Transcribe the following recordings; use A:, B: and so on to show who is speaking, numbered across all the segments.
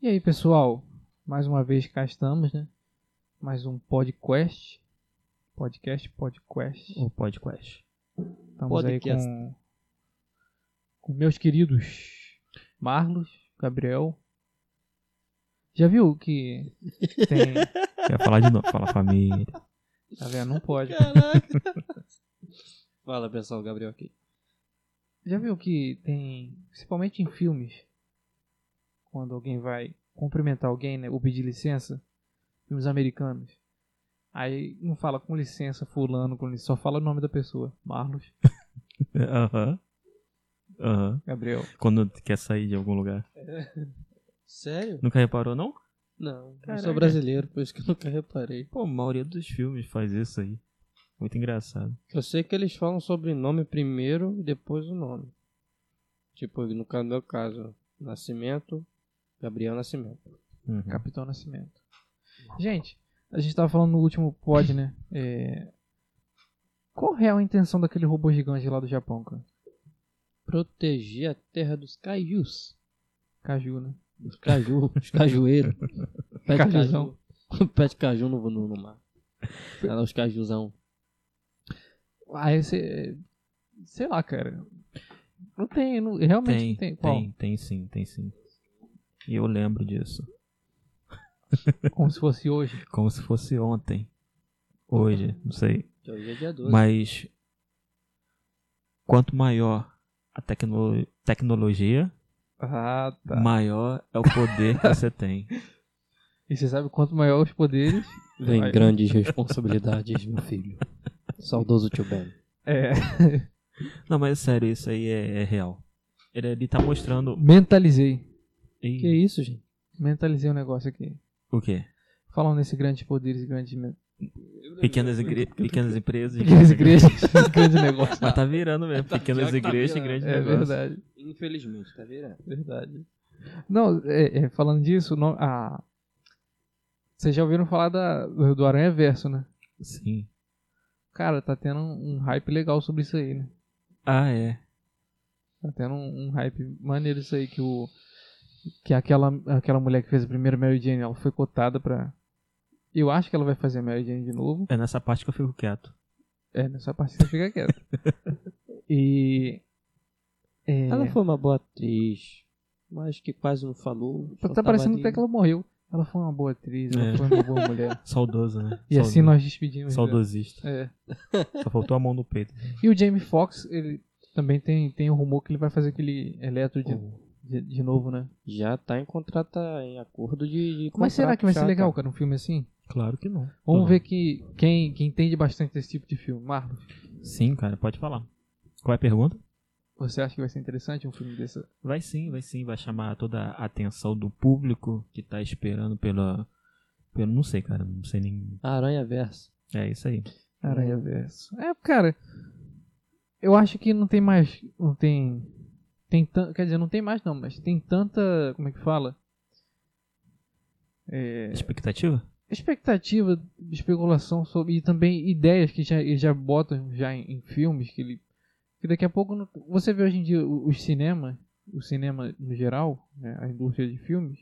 A: E aí, pessoal? Mais uma vez cá estamos, né? Mais um podcast. Podcast, podcast.
B: Um
C: O podcast.
A: Estamos aí
C: podcast.
A: com, com meus queridos Marlos, Gabriel. Já viu que tem.
B: Quer falar de novo? Fala família.
A: Tá vendo? Não pode.
C: Caraca. Fala, pessoal. Gabriel aqui.
A: Já viu que tem, principalmente em filmes, quando alguém vai cumprimentar alguém, né, ou pedir licença, filmes americanos, aí não fala com licença fulano, com licença, só fala o nome da pessoa, Marlos,
B: Aham. Aham.
A: Gabriel.
B: Quando quer sair de algum lugar.
C: Sério?
B: Nunca reparou, não?
C: Não. Eu
A: Caraca.
C: sou brasileiro, por isso que eu nunca reparei.
B: Pô, a maioria dos filmes faz isso aí. Muito engraçado.
C: Eu sei que eles falam sobrenome primeiro e depois o nome. Tipo, no caso- no meu caso, Nascimento, Gabriel Nascimento.
B: Uhum.
A: Capitão Nascimento. Gente, a gente tava falando no último pod, né? é, Qual é a real intenção daquele robô gigante lá do Japão, cara?
C: Proteger a terra dos caius.
A: Caju, né?
C: Os caju, os cajueiros. Pé de
A: Cajuzão.
C: caju. Pé de caju no, no, no mar. Ah, lá, os cajuzão.
A: Aí você. Ah, é, Sei lá, cara. Não tem, não- realmente
B: Tem,
A: não tem.
B: tem,
A: Qual?
B: tem, sim, tem sim. E eu lembro disso.
A: Como se fosse hoje.
B: Como se fosse ontem. Hoje, não sei.
C: Que Hoje é dia 12.
B: Mas quanto maior a tecno- tecnologia,
A: Ah, tá.
B: maior é o poder que você tem.
A: E você sabe quanto maior os poderes.
C: Vem
A: Vai.
C: grandes responsabilidades, meu filho. Saudoso tio Ben.
A: É.
B: Não, mas é sério, isso aí é, é real. Ele, ele tá mostrando.
A: Mentalizei.
B: Ih,
C: Que isso, gente?
A: Mentalizei o negócio aqui.
B: O quê?
A: Falando nesses grandes poderes e grandes. men-
B: Pequenas, igre... Pequenas empresas.
A: Pequenas igrejas e grandes negócios.
B: Mas tá virando mesmo.
C: Tá, pior
B: Pequenas
C: que tá
B: igrejas e
C: virando.
B: grandes
A: É
B: negócios.
A: verdade,
C: Infelizmente, tá virando.
A: verdade. Não, é, é, falando disso, não, ah, vocês já ouviram falar da, do do Aranha Verso, né?
B: Sim.
A: Cara, tá tendo um hype legal sobre isso aí, né?
B: Ah, é.
A: Tá tendo um, um hype maneiro isso aí que o. Que aquela, aquela mulher que fez a primeira Mary Jane, ela foi cotada pra. Eu acho que ela vai fazer a Mary Jane de novo.
B: É nessa parte que eu fico quieto.
A: É, nessa parte você fica quieto. e. É,
C: Ela foi uma boa atriz, mas que quase não falou. só
A: tá
C: tava
A: parecendo
C: ali.
A: até que ela morreu. Ela foi uma boa atriz, ela
B: É.
A: foi uma boa mulher.
B: Saudoso, né?
A: E assim nós despedimos. né?
B: Saudosista.
A: É.
B: Só faltou a mão no peito.
A: E o Jamie Foxx, ele também tem, tem o rumor que ele vai fazer aquele eletro de, de, de novo, né?
C: Já tá em contrato, em acordo de. de
A: Mas será
C: contrato
A: é que vai ser
C: já,
A: legal,
C: cara?
A: cara, um filme assim?
B: Claro que não.
A: Vamos
B: Uhum.
A: ver que, quem, quem entende bastante desse tipo de filme. Marlon,
B: Sim, cara, pode falar. Qual é a pergunta?
A: você acha que vai ser interessante um filme desse?
B: Vai sim, vai sim. Vai chamar toda a atenção do público que tá esperando pela. Pelo... Não sei, cara. Não sei nem.
C: Aranha Versa.
B: É isso aí.
A: Aranha Verso. É, cara, eu acho que não tem mais, não tem, tem tan- quer dizer, não tem mais não, mas tem tanta, como é que fala? É,
B: Expectativa?
A: expectativa, especulação sobre, e também ideias que já, eles já botam já em, em filmes, que ele, que daqui a pouco, não- você vê hoje em dia o- os cinemas, o cinema no geral, né, a indústria de filmes,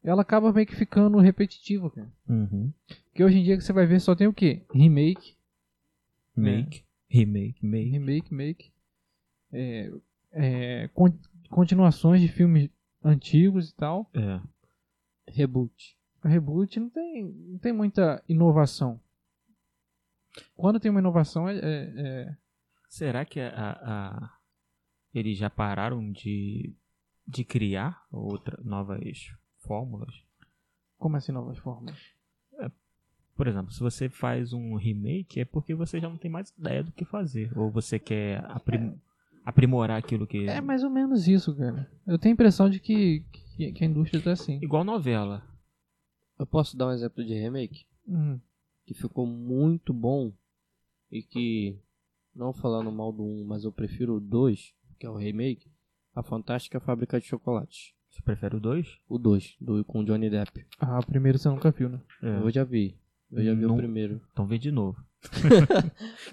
A: ela acaba meio que ficando repetitiva, cara.
B: Uhum.
A: Porque hoje em dia que você vai ver só tem o quê? Remake,
B: Make. Remake. Make.
A: remake, make, é, é, con- continuações de filmes antigos e tal.
B: É.
C: Reboot.
A: Reboot não tem, não tem muita inovação. Quando tem uma inovação, é, é- é-
B: Será que a, a- a- eles já pararam de, de criar outra, novas fórmulas?
A: como assim novas formas?
B: Por exemplo, se você faz um remake, é porque você já não tem mais ideia do que fazer. Ou você quer
C: É.
B: aprim- aprimorar aquilo que.
A: É mais ou menos isso, cara. Eu tenho a impressão de que, que, que a indústria tá assim.
B: Igual novela.
C: Eu posso dar um exemplo de remake?
A: Hum,
C: Que ficou muito bom. E que. Não falando mal do 1, mas eu prefiro o 2, que é o remake. A Fantástica Fábrica de Chocolates.
B: Você prefere o 2?
C: O 2, do, com Johnny Depp.
A: Ah, primeiro você nunca viu, né?
C: Eu já vi. Eu já vi
B: Não-
C: o primeiro.
B: É. Então vê de novo.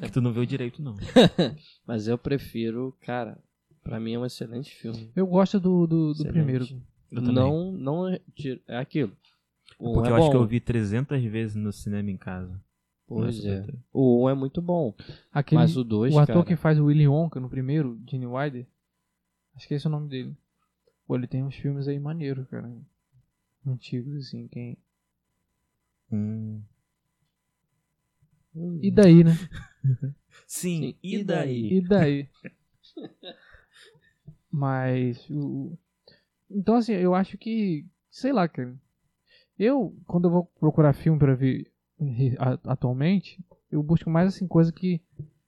B: que tu não viu direito, não.
C: Mas eu prefiro, cara, pra mim é um excelente filme.
A: Eu gosto do, do, do
C: Excelente.
A: primeiro.
B: Eu também.
C: não, não é, tiro- é aquilo. O um
B: Porque
C: é
B: eu acho que
C: bom.
B: eu vi 300 vezes no cinema em casa. no
C: Pois é.
B: SBT.
C: O 1 um é muito bom,
A: Aquele,
C: mas o 2,
A: o
C: cara...
A: ator
B: é
A: que faz o Willy Wonka no primeiro, Gene Wilder, acho que esse é o nome dele. Pô, ele tem uns filmes aí maneiros, cara. Antigos, assim, quem...
B: Hum.
C: hum,
A: E daí, né?
B: Sim,
C: Sim,
B: e
C: e
B: daí?
A: E daí? Mas. O... Então, assim, eu acho que. Sei lá, cara. Eu, quando eu vou procurar filme pra ver eh, a- atualmente, eu busco mais, assim, coisa que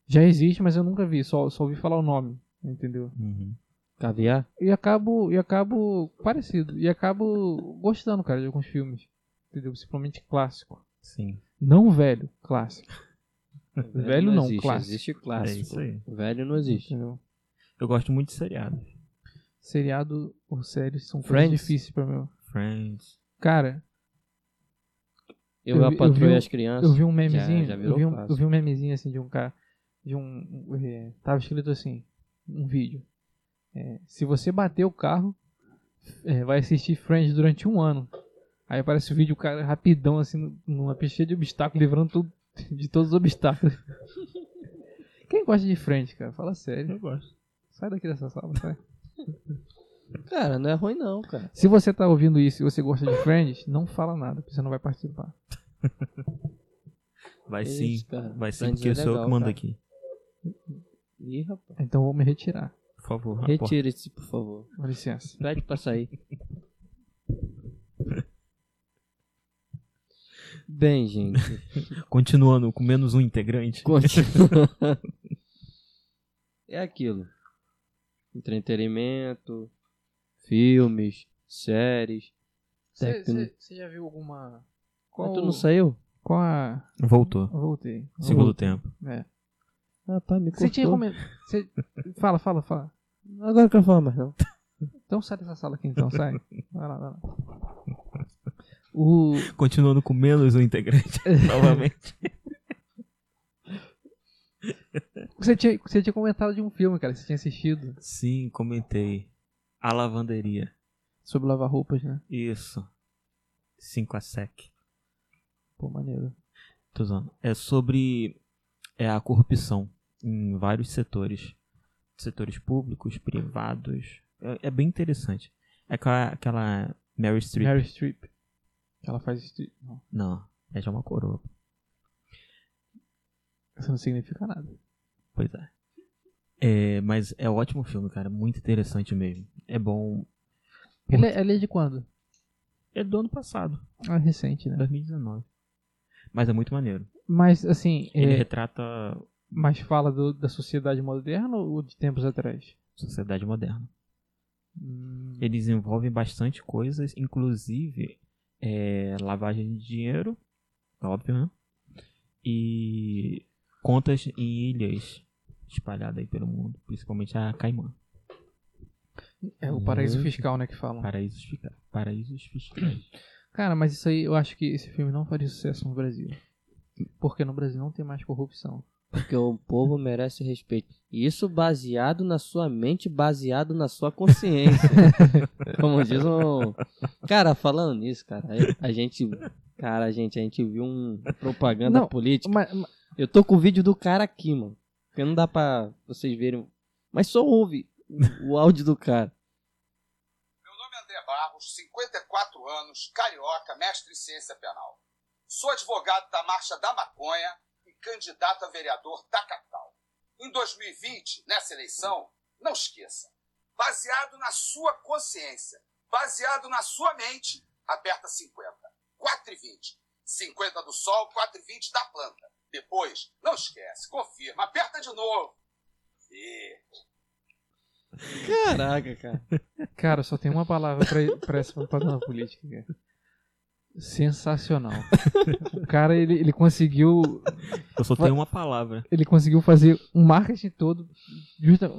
A: já existe, mas eu nunca vi, só, só ouvi falar o nome, entendeu?
B: Uhum.
C: Caviar?
A: E acabo. E acabo. Parecido. E acabo gostando, cara, de alguns filmes. Entendeu? Principalmente clássico.
B: Sim. é
A: Não velho, clássico.
C: Velho,
A: não,
C: existe,
A: clássico.
C: Existe
B: É isso
C: clássico.
B: aí.
C: Velho não existe.
A: Entendeu?
B: Eu gosto muito de seriado.
A: Seriado ou séries são coisas
C: Friends?
A: difíceis pra mim.
B: Friends.
A: Cara,
C: Eu,
A: Eu
C: eu
A: vi- eu
C: patroei
A: vi um-
C: as crianças.
A: Eu vi um memezinho,
C: já
A: eu,
C: virou
A: vi um,
C: clássico.
A: eu vi um memezinho assim de um cara, de um, um, é, tava escrito assim, um vídeo. É, se você bater o carro, é, vai assistir Friends durante um ano. Aí aparece o vídeo, o cara rapidão assim, nu- numa pista de obstáculo, livrando tudo, de todos os obstáculos. Quem gosta de Friends, cara? Fala sério.
B: Eu gosto.
A: Sai daqui dessa sala, sai.
C: Cara, não é ruim não, cara.
A: Se você tá ouvindo isso e você gosta de Friends, não fala nada, porque você não vai participar.
B: Vai
C: Que
B: sim.
C: É isso, cara.
B: Vai sim,
C: Friends
B: porque
C: é
B: sou eu
C: legal,
B: que mando
C: cara.
B: aqui.
C: Ih, rapaz.
A: Então eu vou me retirar.
B: Por favor. a porta.
C: Retire-se, por favor.
A: Com licença.
C: Pede pra sair. Bem, gente.
B: Continuando com menos um integrante.
C: Continua. é aquilo. Entretenimento, filmes, séries. Técnico.
A: Você já viu alguma...
C: Mas tu não saiu?
A: Qual a.
B: Voltou.
A: Voltei.
C: Uhum.
B: Segundo tempo.
A: É.
C: Rapaz, me
A: Você tinha
C: cortou.
A: comentado. Você... Fala, fala, fala.
C: Agora que eu falo mais não.
A: Então sai dessa sala aqui então, sai. Vai lá, vai lá. O...
B: Continuando com menos um integrante. novamente.
A: Você, tinha, você tinha comentado de um filme, cara, que você tinha assistido.
B: Sim, comentei. A lavanderia.
A: Sobre lavar roupas, né?
B: Isso. 5 a sec.
A: Pô, maneiro.
B: Tô zoando. É sobre é a corrupção em vários setores. Setores públicos, privados. É, é bem interessante. É aquela, aquela Mary Streep.
A: Mary Streep. Que Ela faz streep. Não,
B: Não, é já uma coroa.
A: isso não significa nada.
B: Pois é. É, mas é ótimo filme, cara. Muito interessante mesmo. É bom.
A: Ele, é- ele é de quando?
B: É do ano passado,
A: Ah, recente, né?
B: 2019. Mas é muito maneiro.
A: Mas, assim,
B: Ele
A: é,
B: retrata a
A: mas fala do- da sociedade moderna ou de tempos atrás?
B: sociedade moderna.
A: Hum,
B: Eles envolvem bastante coisas, inclusive é, lavagem de dinheiro, óbvio, né? E contas em ilhas espalhadas aí pelo mundo, principalmente a Caimã.
A: é o paraíso fiscal, né, que falam.
B: Paraísos, fica- paraísos fiscais.
A: Cara, mas isso aí, eu acho que esse filme não faria sucesso no Brasil. Porque no Brasil não tem mais corrupção.
C: Porque o povo merece respeito. E isso baseado na sua mente, baseado na sua consciência. Como diz um. Cara, falando nisso, cara, a gente. Cara, a gente, a gente viu um propaganda
A: Não,
C: política.
A: Mas, mas-
C: Eu tô com o vídeo do cara aqui, mano. Porque não dá pra vocês verem. Mas só ouve o- o áudio do cara.
D: nome é André Barros, 54 anos, carioca, mestre em ciência penal. Sou advogado da Marcha da Maconha e candidato a vereador da capital. Em 2020, nessa eleição, não esqueça, baseado na sua consciência, baseado na sua mente, aperta 50, 4 e 20. 50 do sol, 4 e 20 da planta. Depois, não esquece, confirma, aperta de novo. E...
C: Caraca, cara.
A: cara, só tem uma palavra pra, pra essa propaganda política, cara. Sensacional. O cara, ele, ele conseguiu.
B: Eu só tenho uma palavra.
A: Ele conseguiu fazer um marketing todo. Justa...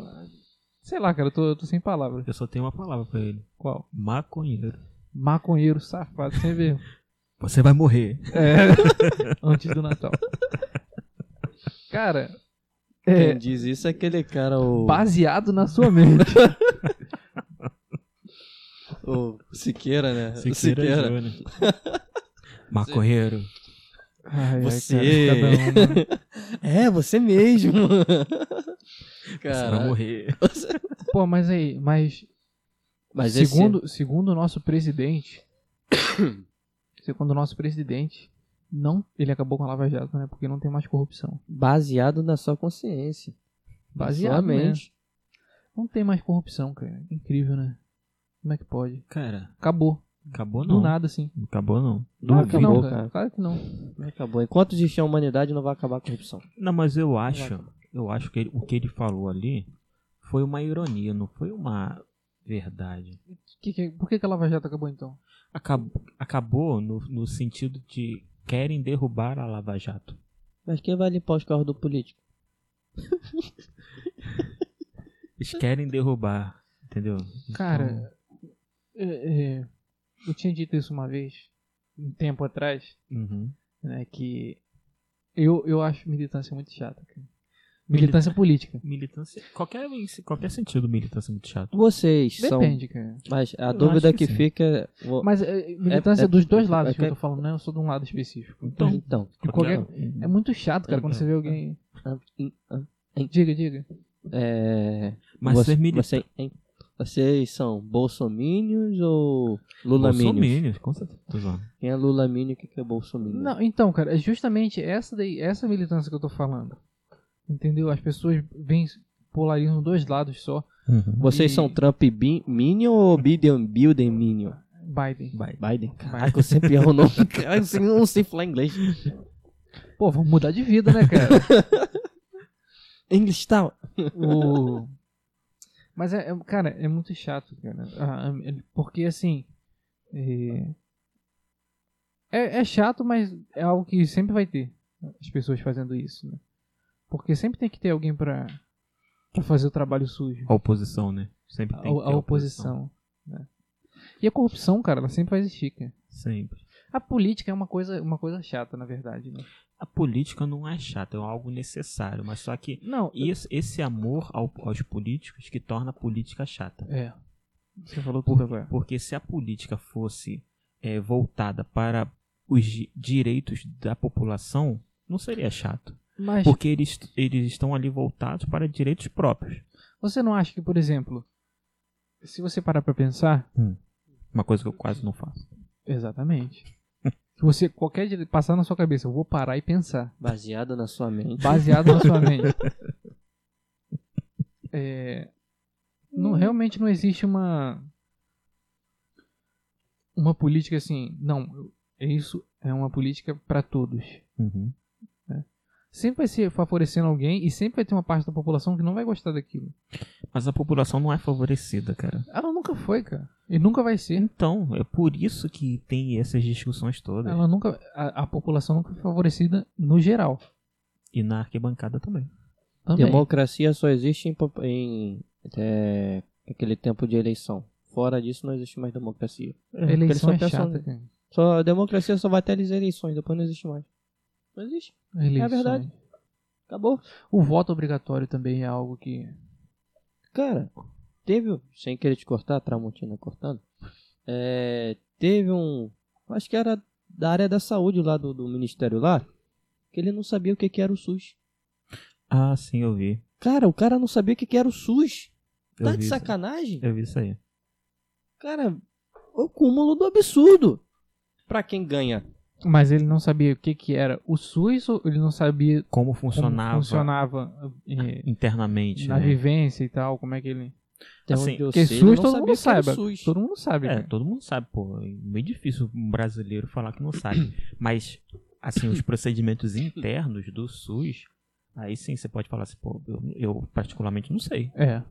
A: Sei lá, cara, eu tô, eu tô sem palavras.
B: Eu só tenho uma palavra pra ele.
A: Qual?
B: Maconheiro.
A: Maconheiro, safado, sem ver.
B: Você vai morrer.
A: Antes do Natal. Cara. É,
C: Quem diz isso é aquele cara, o.
A: baseado na sua mente.
C: o Siqueira, né?
B: Siqueira, Júnior. Maconheiro.
A: Ai, ai,
C: Você.
A: cara, cada um, né?
C: É, você mesmo.
B: Você vai
C: Cara,
B: morrer.
A: Pô, mas aí, mas
C: mas esse-
A: segundo, segundo o nosso presidente, segundo o nosso presidente, não, ele acabou com a Lava Jato, né? Porque não tem mais corrupção.
C: baseado na sua consciência.
A: Baseado, né?
C: Somente.
A: Não tem mais corrupção, cara. Incrível, né? Como é que pode?
B: Cara,
A: Acabou.
B: acabou
A: Do
B: não.
A: nada, assim.
B: Não acabou não.
A: Claro que não,
C: Duvido,
A: cara.
C: cara.
A: Claro que não.
C: Acabou. Enquanto existir a humanidade, não vai acabar a corrupção.
B: Não, mas eu acho, eu acho que ele- o que ele falou ali foi uma ironia, não foi uma verdade.
A: Que que- por que, que a Lava Jato acabou então?
B: Acabou, acabou no, no sentido de querem derrubar a Lava Jato.
C: Mas quem vai limpar os carros do político?
B: Eles querem derrubar, entendeu? Então,
A: Cara, é, é, eu tinha dito isso uma vez, um tempo atrás,
B: uhum.
A: né? Que eu, eu acho militância muito chata, cara. Militância política.
B: militância, qualquer, qualquer sentido militância é muito chato.
C: Vocês são.
A: Depende, cara.
C: Mas a
B: Eu
C: dúvida
B: acho
C: que,
B: que sim.
C: fica. vo-
A: Mas é, militância
C: é-
A: dos dois
C: é-
A: lados
C: é
A: que eu tô
C: que-
A: falando, não é só de um lado específico.
B: Então,
C: Então.
A: de qualquer-
B: um.
A: É muito chato, cara, quando você vê alguém. Diga, diga.
C: É,
B: mas
C: você-
B: ser militante
C: você- é hein? Vocês são bolsomínios ou lulamínios?
B: Bolsominions, com certeza. Tô zoando.
C: Quem é lulamínio e quem que é bolsomínio?
A: Não, então, cara, é justamente essa daí, essa militância que eu tô falando. Entendeu? As pessoas vêm polarizam dois lados só.
C: Vocês
A: E-
C: são Trump bin- Minion ou Biden, Biden Minion?
A: Biden.
C: Biden? Caraca, eu sempre erro o nome. Caraca, eu sempre- eu não sei falar inglês.
A: Pô, vamos mudar de vida, né, cara?
C: English Town.
A: O- Mas, é, é- cara, é muito chato, cara. Ah, é- Porque, assim... É... é- é chato, mas é algo que sempre vai ter. As pessoas fazendo isso, né? Porque sempre tem que ter alguém pra, pra fazer o trabalho sujo.
B: A oposição, né? Sempre
A: A,
B: tem que ter
A: a oposição. né? E a corrupção, cara, ela sempre vai existir, cara.
B: Sempre.
A: A política é uma coisa, uma coisa chata, na verdade, né?
B: A política não é chata, é algo necessário, mas só que
A: Não,
B: esse, esse amor ao- aos políticos que torna a política chata.
A: É. Você falou tudo agora.
B: Porque se a política fosse é, voltada para os di- direitos da população, não seria chato.
A: Mas
B: Porque eles, eles estão ali voltados para direitos próprios.
A: você não acha que, por exemplo, se você parar pra pensar,
B: Uma coisa que eu quase não faço.
A: exatamente. Se você qualquer dia passar na sua cabeça, eu vou parar e pensar,
C: Baseado na sua mente.
A: baseado na sua mente. É, não realmente não existe uma uma política assim, não, é isso é uma política pra todos.
B: Uhum.
A: Sempre vai ser favorecendo alguém e sempre vai ter uma parte da população que não vai gostar daquilo.
B: Mas a população não é favorecida, cara.
A: Ela nunca foi, cara. E nunca vai ser.
B: Então, é por isso que tem essas discussões todas.
A: Ela nunca, a, a população nunca foi favorecida no geral.
B: E na arquibancada também.
A: Também.
C: Democracia só existe em, pop- em, é, aquele tempo de eleição. Fora disso, não existe mais democracia.
A: a eleição
C: Porque
A: é
C: eles né? só
A: chata,
C: pensam-
A: cara.
C: Só, a democracia só vai até as eleições, depois não existe mais. Não existe.
A: A eleição. né?
C: verdade. Acabou.
A: O voto obrigatório também é algo que.
C: Cara, teve, um, sem querer te cortar, Tramontina cortando, é, teve um, acho que era da área da saúde lá do, do ministério lá, que ele não sabia o que, que era o SUS.
B: Ah, sim, eu vi.
C: Cara, o cara não sabia o que, que era o SUS.
B: Eu
C: Tá
B: vi
C: de
B: isso.
C: sacanagem?
B: Eu vi isso aí.
C: Cara, o cúmulo do absurdo. Pra quem ganha.
A: Mas ele não sabia o que, que era o SUS, ou ele não sabia
B: Como
A: como
B: funcionava
A: funcionava eh,
B: internamente.
A: na
B: né?
A: vivência e tal, como é que ele.
C: Até
B: Assim,
C: onde eu
A: Porque
C: sei, ele
A: SUS
C: não
A: todo
C: sabia
A: mundo
C: o que era o
A: sabe.
C: SUS.
A: Todo mundo sabe. né?
B: É,
A: cara.
B: todo mundo sabe, pô. É meio difícil um brasileiro falar que não sabe. Mas, assim, os procedimentos internos do SUS, aí sim você pode falar assim, pô, eu, eu particularmente não sei.
A: É.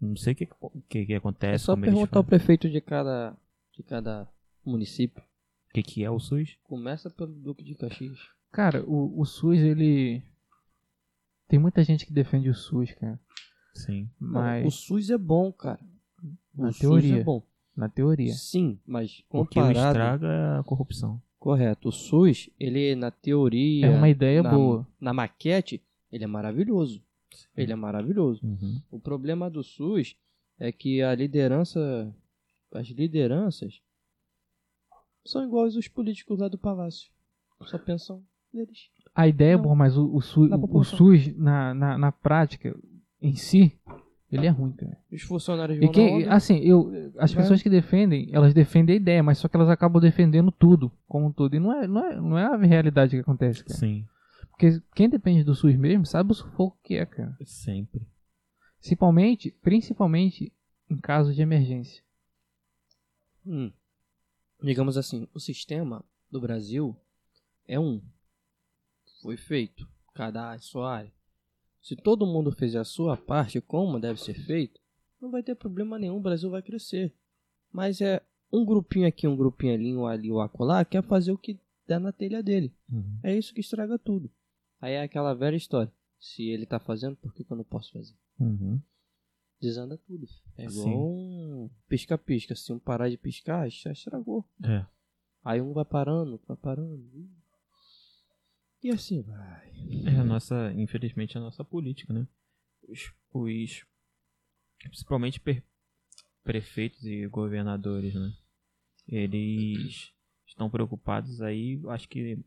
B: Não sei o que, o que, que acontece,
C: É só
B: como eles
C: perguntar ao
B: fazem,
C: prefeito de cada, de cada município.
B: o que, que é o SUS.
C: Começa pelo Duque de Caxias.
A: Cara, o, o SUS, ele. Tem muita gente que defende o SUS, cara.
B: Sim.
C: Não,
A: Mas.
C: O SUS é bom, cara.
A: Na
C: o SUS
A: teoria.
C: é bom.
A: Na teoria.
C: Sim, mas
B: O que o
C: comparado...
B: estraga é a corrupção.
C: Correto. O SUS, ele na teoria...
A: É uma ideia
C: na,
A: boa.
C: Na maquete, ele é maravilhoso. Ele é maravilhoso.
B: Uhum.
C: O problema do SUS é que a liderança as lideranças são iguais aos políticos lá do palácio. Só pensam neles.
A: A ideia é
C: Não.
A: boa, mas o, o, SU-
C: Dá pra
A: o, o
C: botar.
A: SUS, na, na, na prática, em si, ele é ruim, cara.
C: Os funcionários
A: E
C: vão na
A: quem,
C: onda.
A: assim, eu, as
C: Vai.
A: pessoas que defendem, elas defendem a ideia, mas só que elas acabam defendendo tudo, como um todo. E não é, não é, não é a realidade que acontece, cara.
B: Sim,
A: Porque quem depende do SUS mesmo sabe o sufoco que é, cara.
B: sempre.
A: Principalmente, principalmente em casos de emergência.
C: Hum. Digamos assim, o sistema do Brasil é um. Foi feito. Cada área, sua área. Se todo mundo fizer a sua parte como deve ser feito, não vai ter problema nenhum, o Brasil vai crescer. Mas é um grupinho aqui, um grupinho ali, um ali, um acolá, quer fazer o que dá na telha dele.
B: Uhum.
C: É isso que estraga tudo. Aí é aquela velha história. Se ele tá fazendo, por que, que eu não posso fazer?
B: Uhum.
C: Desanda tudo. É igual
B: Sim.
C: um pisca-pisca. Se um parar de piscar, já estragou.
B: É.
C: Aí um vai parando, vai parando. e- E assim vai.
B: É a nossa, infelizmente, a nossa política, né? Os, os- principalmente per- prefeitos e governadores, né? Eles estão preocupados aí, acho que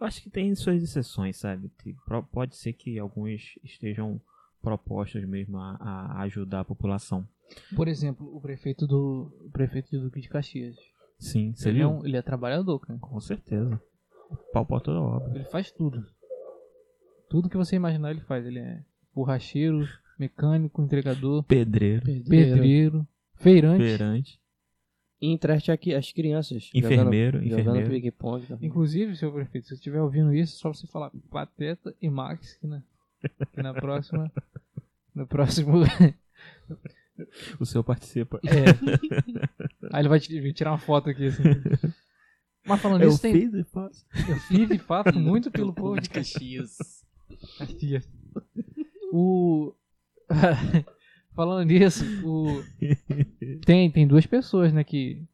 B: acho que tem suas exceções, sabe? Tem- pro- Pode ser que alguns estejam propostos mesmo a, a ajudar a população.
A: Por exemplo, o prefeito do o prefeito de Duque de Caxias.
B: Sim, você
A: Ele é,
B: viu?
A: um, ele é trabalhador, cara.
B: Com certeza. Pau pra toda obra.
A: Ele faz tudo. Tudo que você imaginar ele faz. Ele é borracheiro, mecânico, entregador,
B: Pedreiro,
A: pedreiro, feirante.
B: feirante,
C: E entrete aqui as crianças.
B: enfermeiro,
C: Jogando, jogando
B: enfermeiro.
C: ping-pong. tá?
A: Inclusive, seu prefeito, se você estiver ouvindo isso, é só você falar Pateta e Max, que na, que na próxima. No próximo.
B: O senhor participa.
A: É. Aí ele vai te- vai tirar uma foto aqui assim. Mas falando
B: Eu
A: isso, tem.
B: fiz e faço.
A: Eu fiz de fato muito pelo povo de
C: Caxias.
A: Caxias. O. Falando nisso, o. Tem, tem duas pessoas, né, que,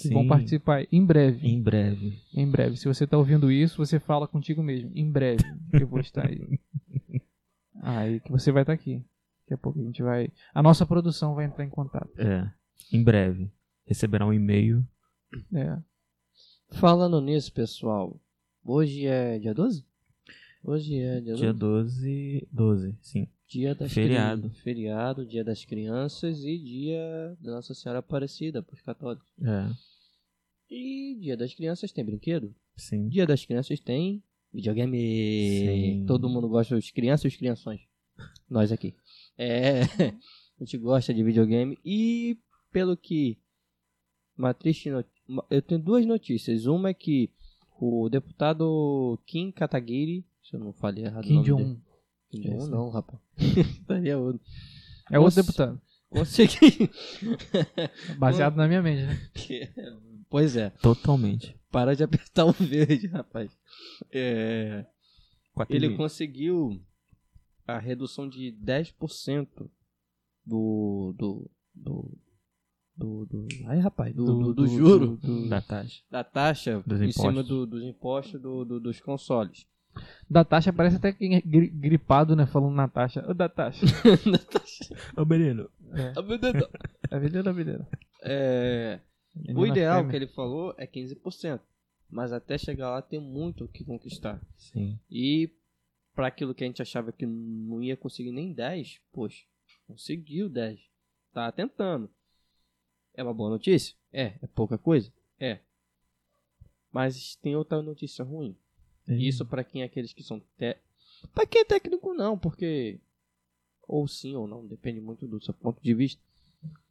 A: que vão
B: Sim,
A: participar em breve.
B: Em breve.
A: Em breve. Se você tá ouvindo isso, você fala contigo mesmo. Em breve. Eu vou estar aí. Aí que você vai estar aqui. Daqui a pouco a gente vai. A nossa produção vai entrar em contato.
B: É. Em breve. Receberá um e-mail.
A: É.
C: Falando nisso, pessoal. Hoje é dia 12? Hoje é dia 12.
B: Dia 12. 12, sim.
C: Dia das
B: Feriado.
C: Crianças. Feriado, dia das crianças e dia da Nossa Senhora Aparecida, para os católicos.
B: É.
C: E dia das crianças tem brinquedo.
B: Sim.
C: Dia das crianças tem videogame.
B: Sim.
C: Todo mundo gosta dos crianças e os crianções. Nós aqui. É, a gente gosta de videogame. E pelo que. Uma triste notícia. Eu tenho duas notícias. Uma é que o deputado Kim Kataguiri. Se eu não falei errado. o
A: Kim
C: nome dele.
A: Jong-un.
C: Kim
B: É
C: Jong-un,
B: isso.
C: não, rapaz. Estaria outro.
A: É outro
C: Nossa.
A: deputado.
C: Consegui.
A: Baseado na minha mente, né?
C: pois é.
B: Totalmente.
C: Para de apertar o verde, rapaz. É. ele conseguiu a redução de 10% do do do do, do ai rapaz do, do, do juro
A: do-
B: Da taxa.
C: da taxa
B: Dos
C: em
B: impostos.
C: cima do- dos impostos do, do- dos consoles
A: Da taxa parece até quem é gri- gripado, né? Falando na taxa. Ô, da taxa.
C: Da taxa.
B: Ô, menino.
C: Ah, meu Deus.
A: É videira, é videira.
C: É, o ideal que ele falou é 15% mas até chegar lá tem muito o que conquistar
B: Sim.
C: E para aquilo que a gente achava que não ia conseguir nem 10, poxa, conseguiu 10. Tá tentando. É uma boa notícia? É. É pouca coisa? É. Mas tem outra notícia ruim. E isso para quem é aqueles que são te... Para quem é técnico não, porque ou sim ou não, depende muito do seu ponto de vista.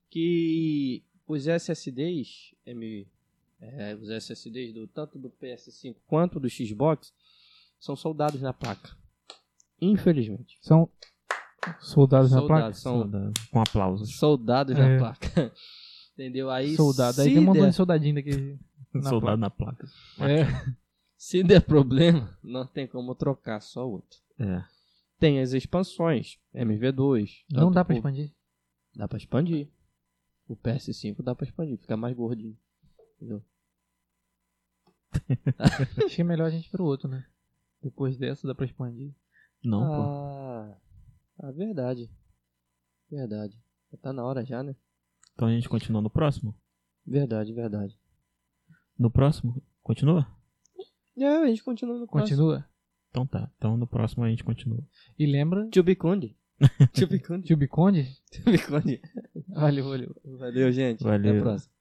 C: Que os SSDs, M... é, os SSDs do tanto do PS5 quanto do Xbox são soldados na placa. Infelizmente.
A: São soldados na placa?
C: Soldados, são
B: Saudade. tá Com aplausos.
C: soldados
A: É.
C: na placa. Entendeu? Aí
A: Soldado. Aí
C: se
A: tem um montão
C: der-
A: de soldadinho daqui. Na
B: Soldado na placa.
A: É.
C: Se der problema, não tem como trocar só outro.
B: É.
C: Tem as expansões, MV2.
A: Não tipo,
C: tanto
A: dá pra
C: pro-
A: expandir.
C: Dá pra expandir. O PS5 dá pra expandir, fica mais gordinho. Entendeu?
A: Acho que é melhor a gente ir pro outro, né? Depois dessa dá pra expandir.
B: Não, pô.
C: ah, ah, verdade. Verdade. Já tá na hora já, né?
B: Então a gente continua no próximo?
C: Verdade, verdade.
B: No próximo? Continua?
C: É, a gente continua no próximo.
A: Continua.
B: Então tá. Então no próximo a gente continua.
A: E lembra,
C: Tio Biconde. Tio Biconde.
A: Tio Biconde?
C: Tio Biconde.
A: Valeu, valeu.
C: Valeu, gente.
B: Valeu.
C: Até a próxima.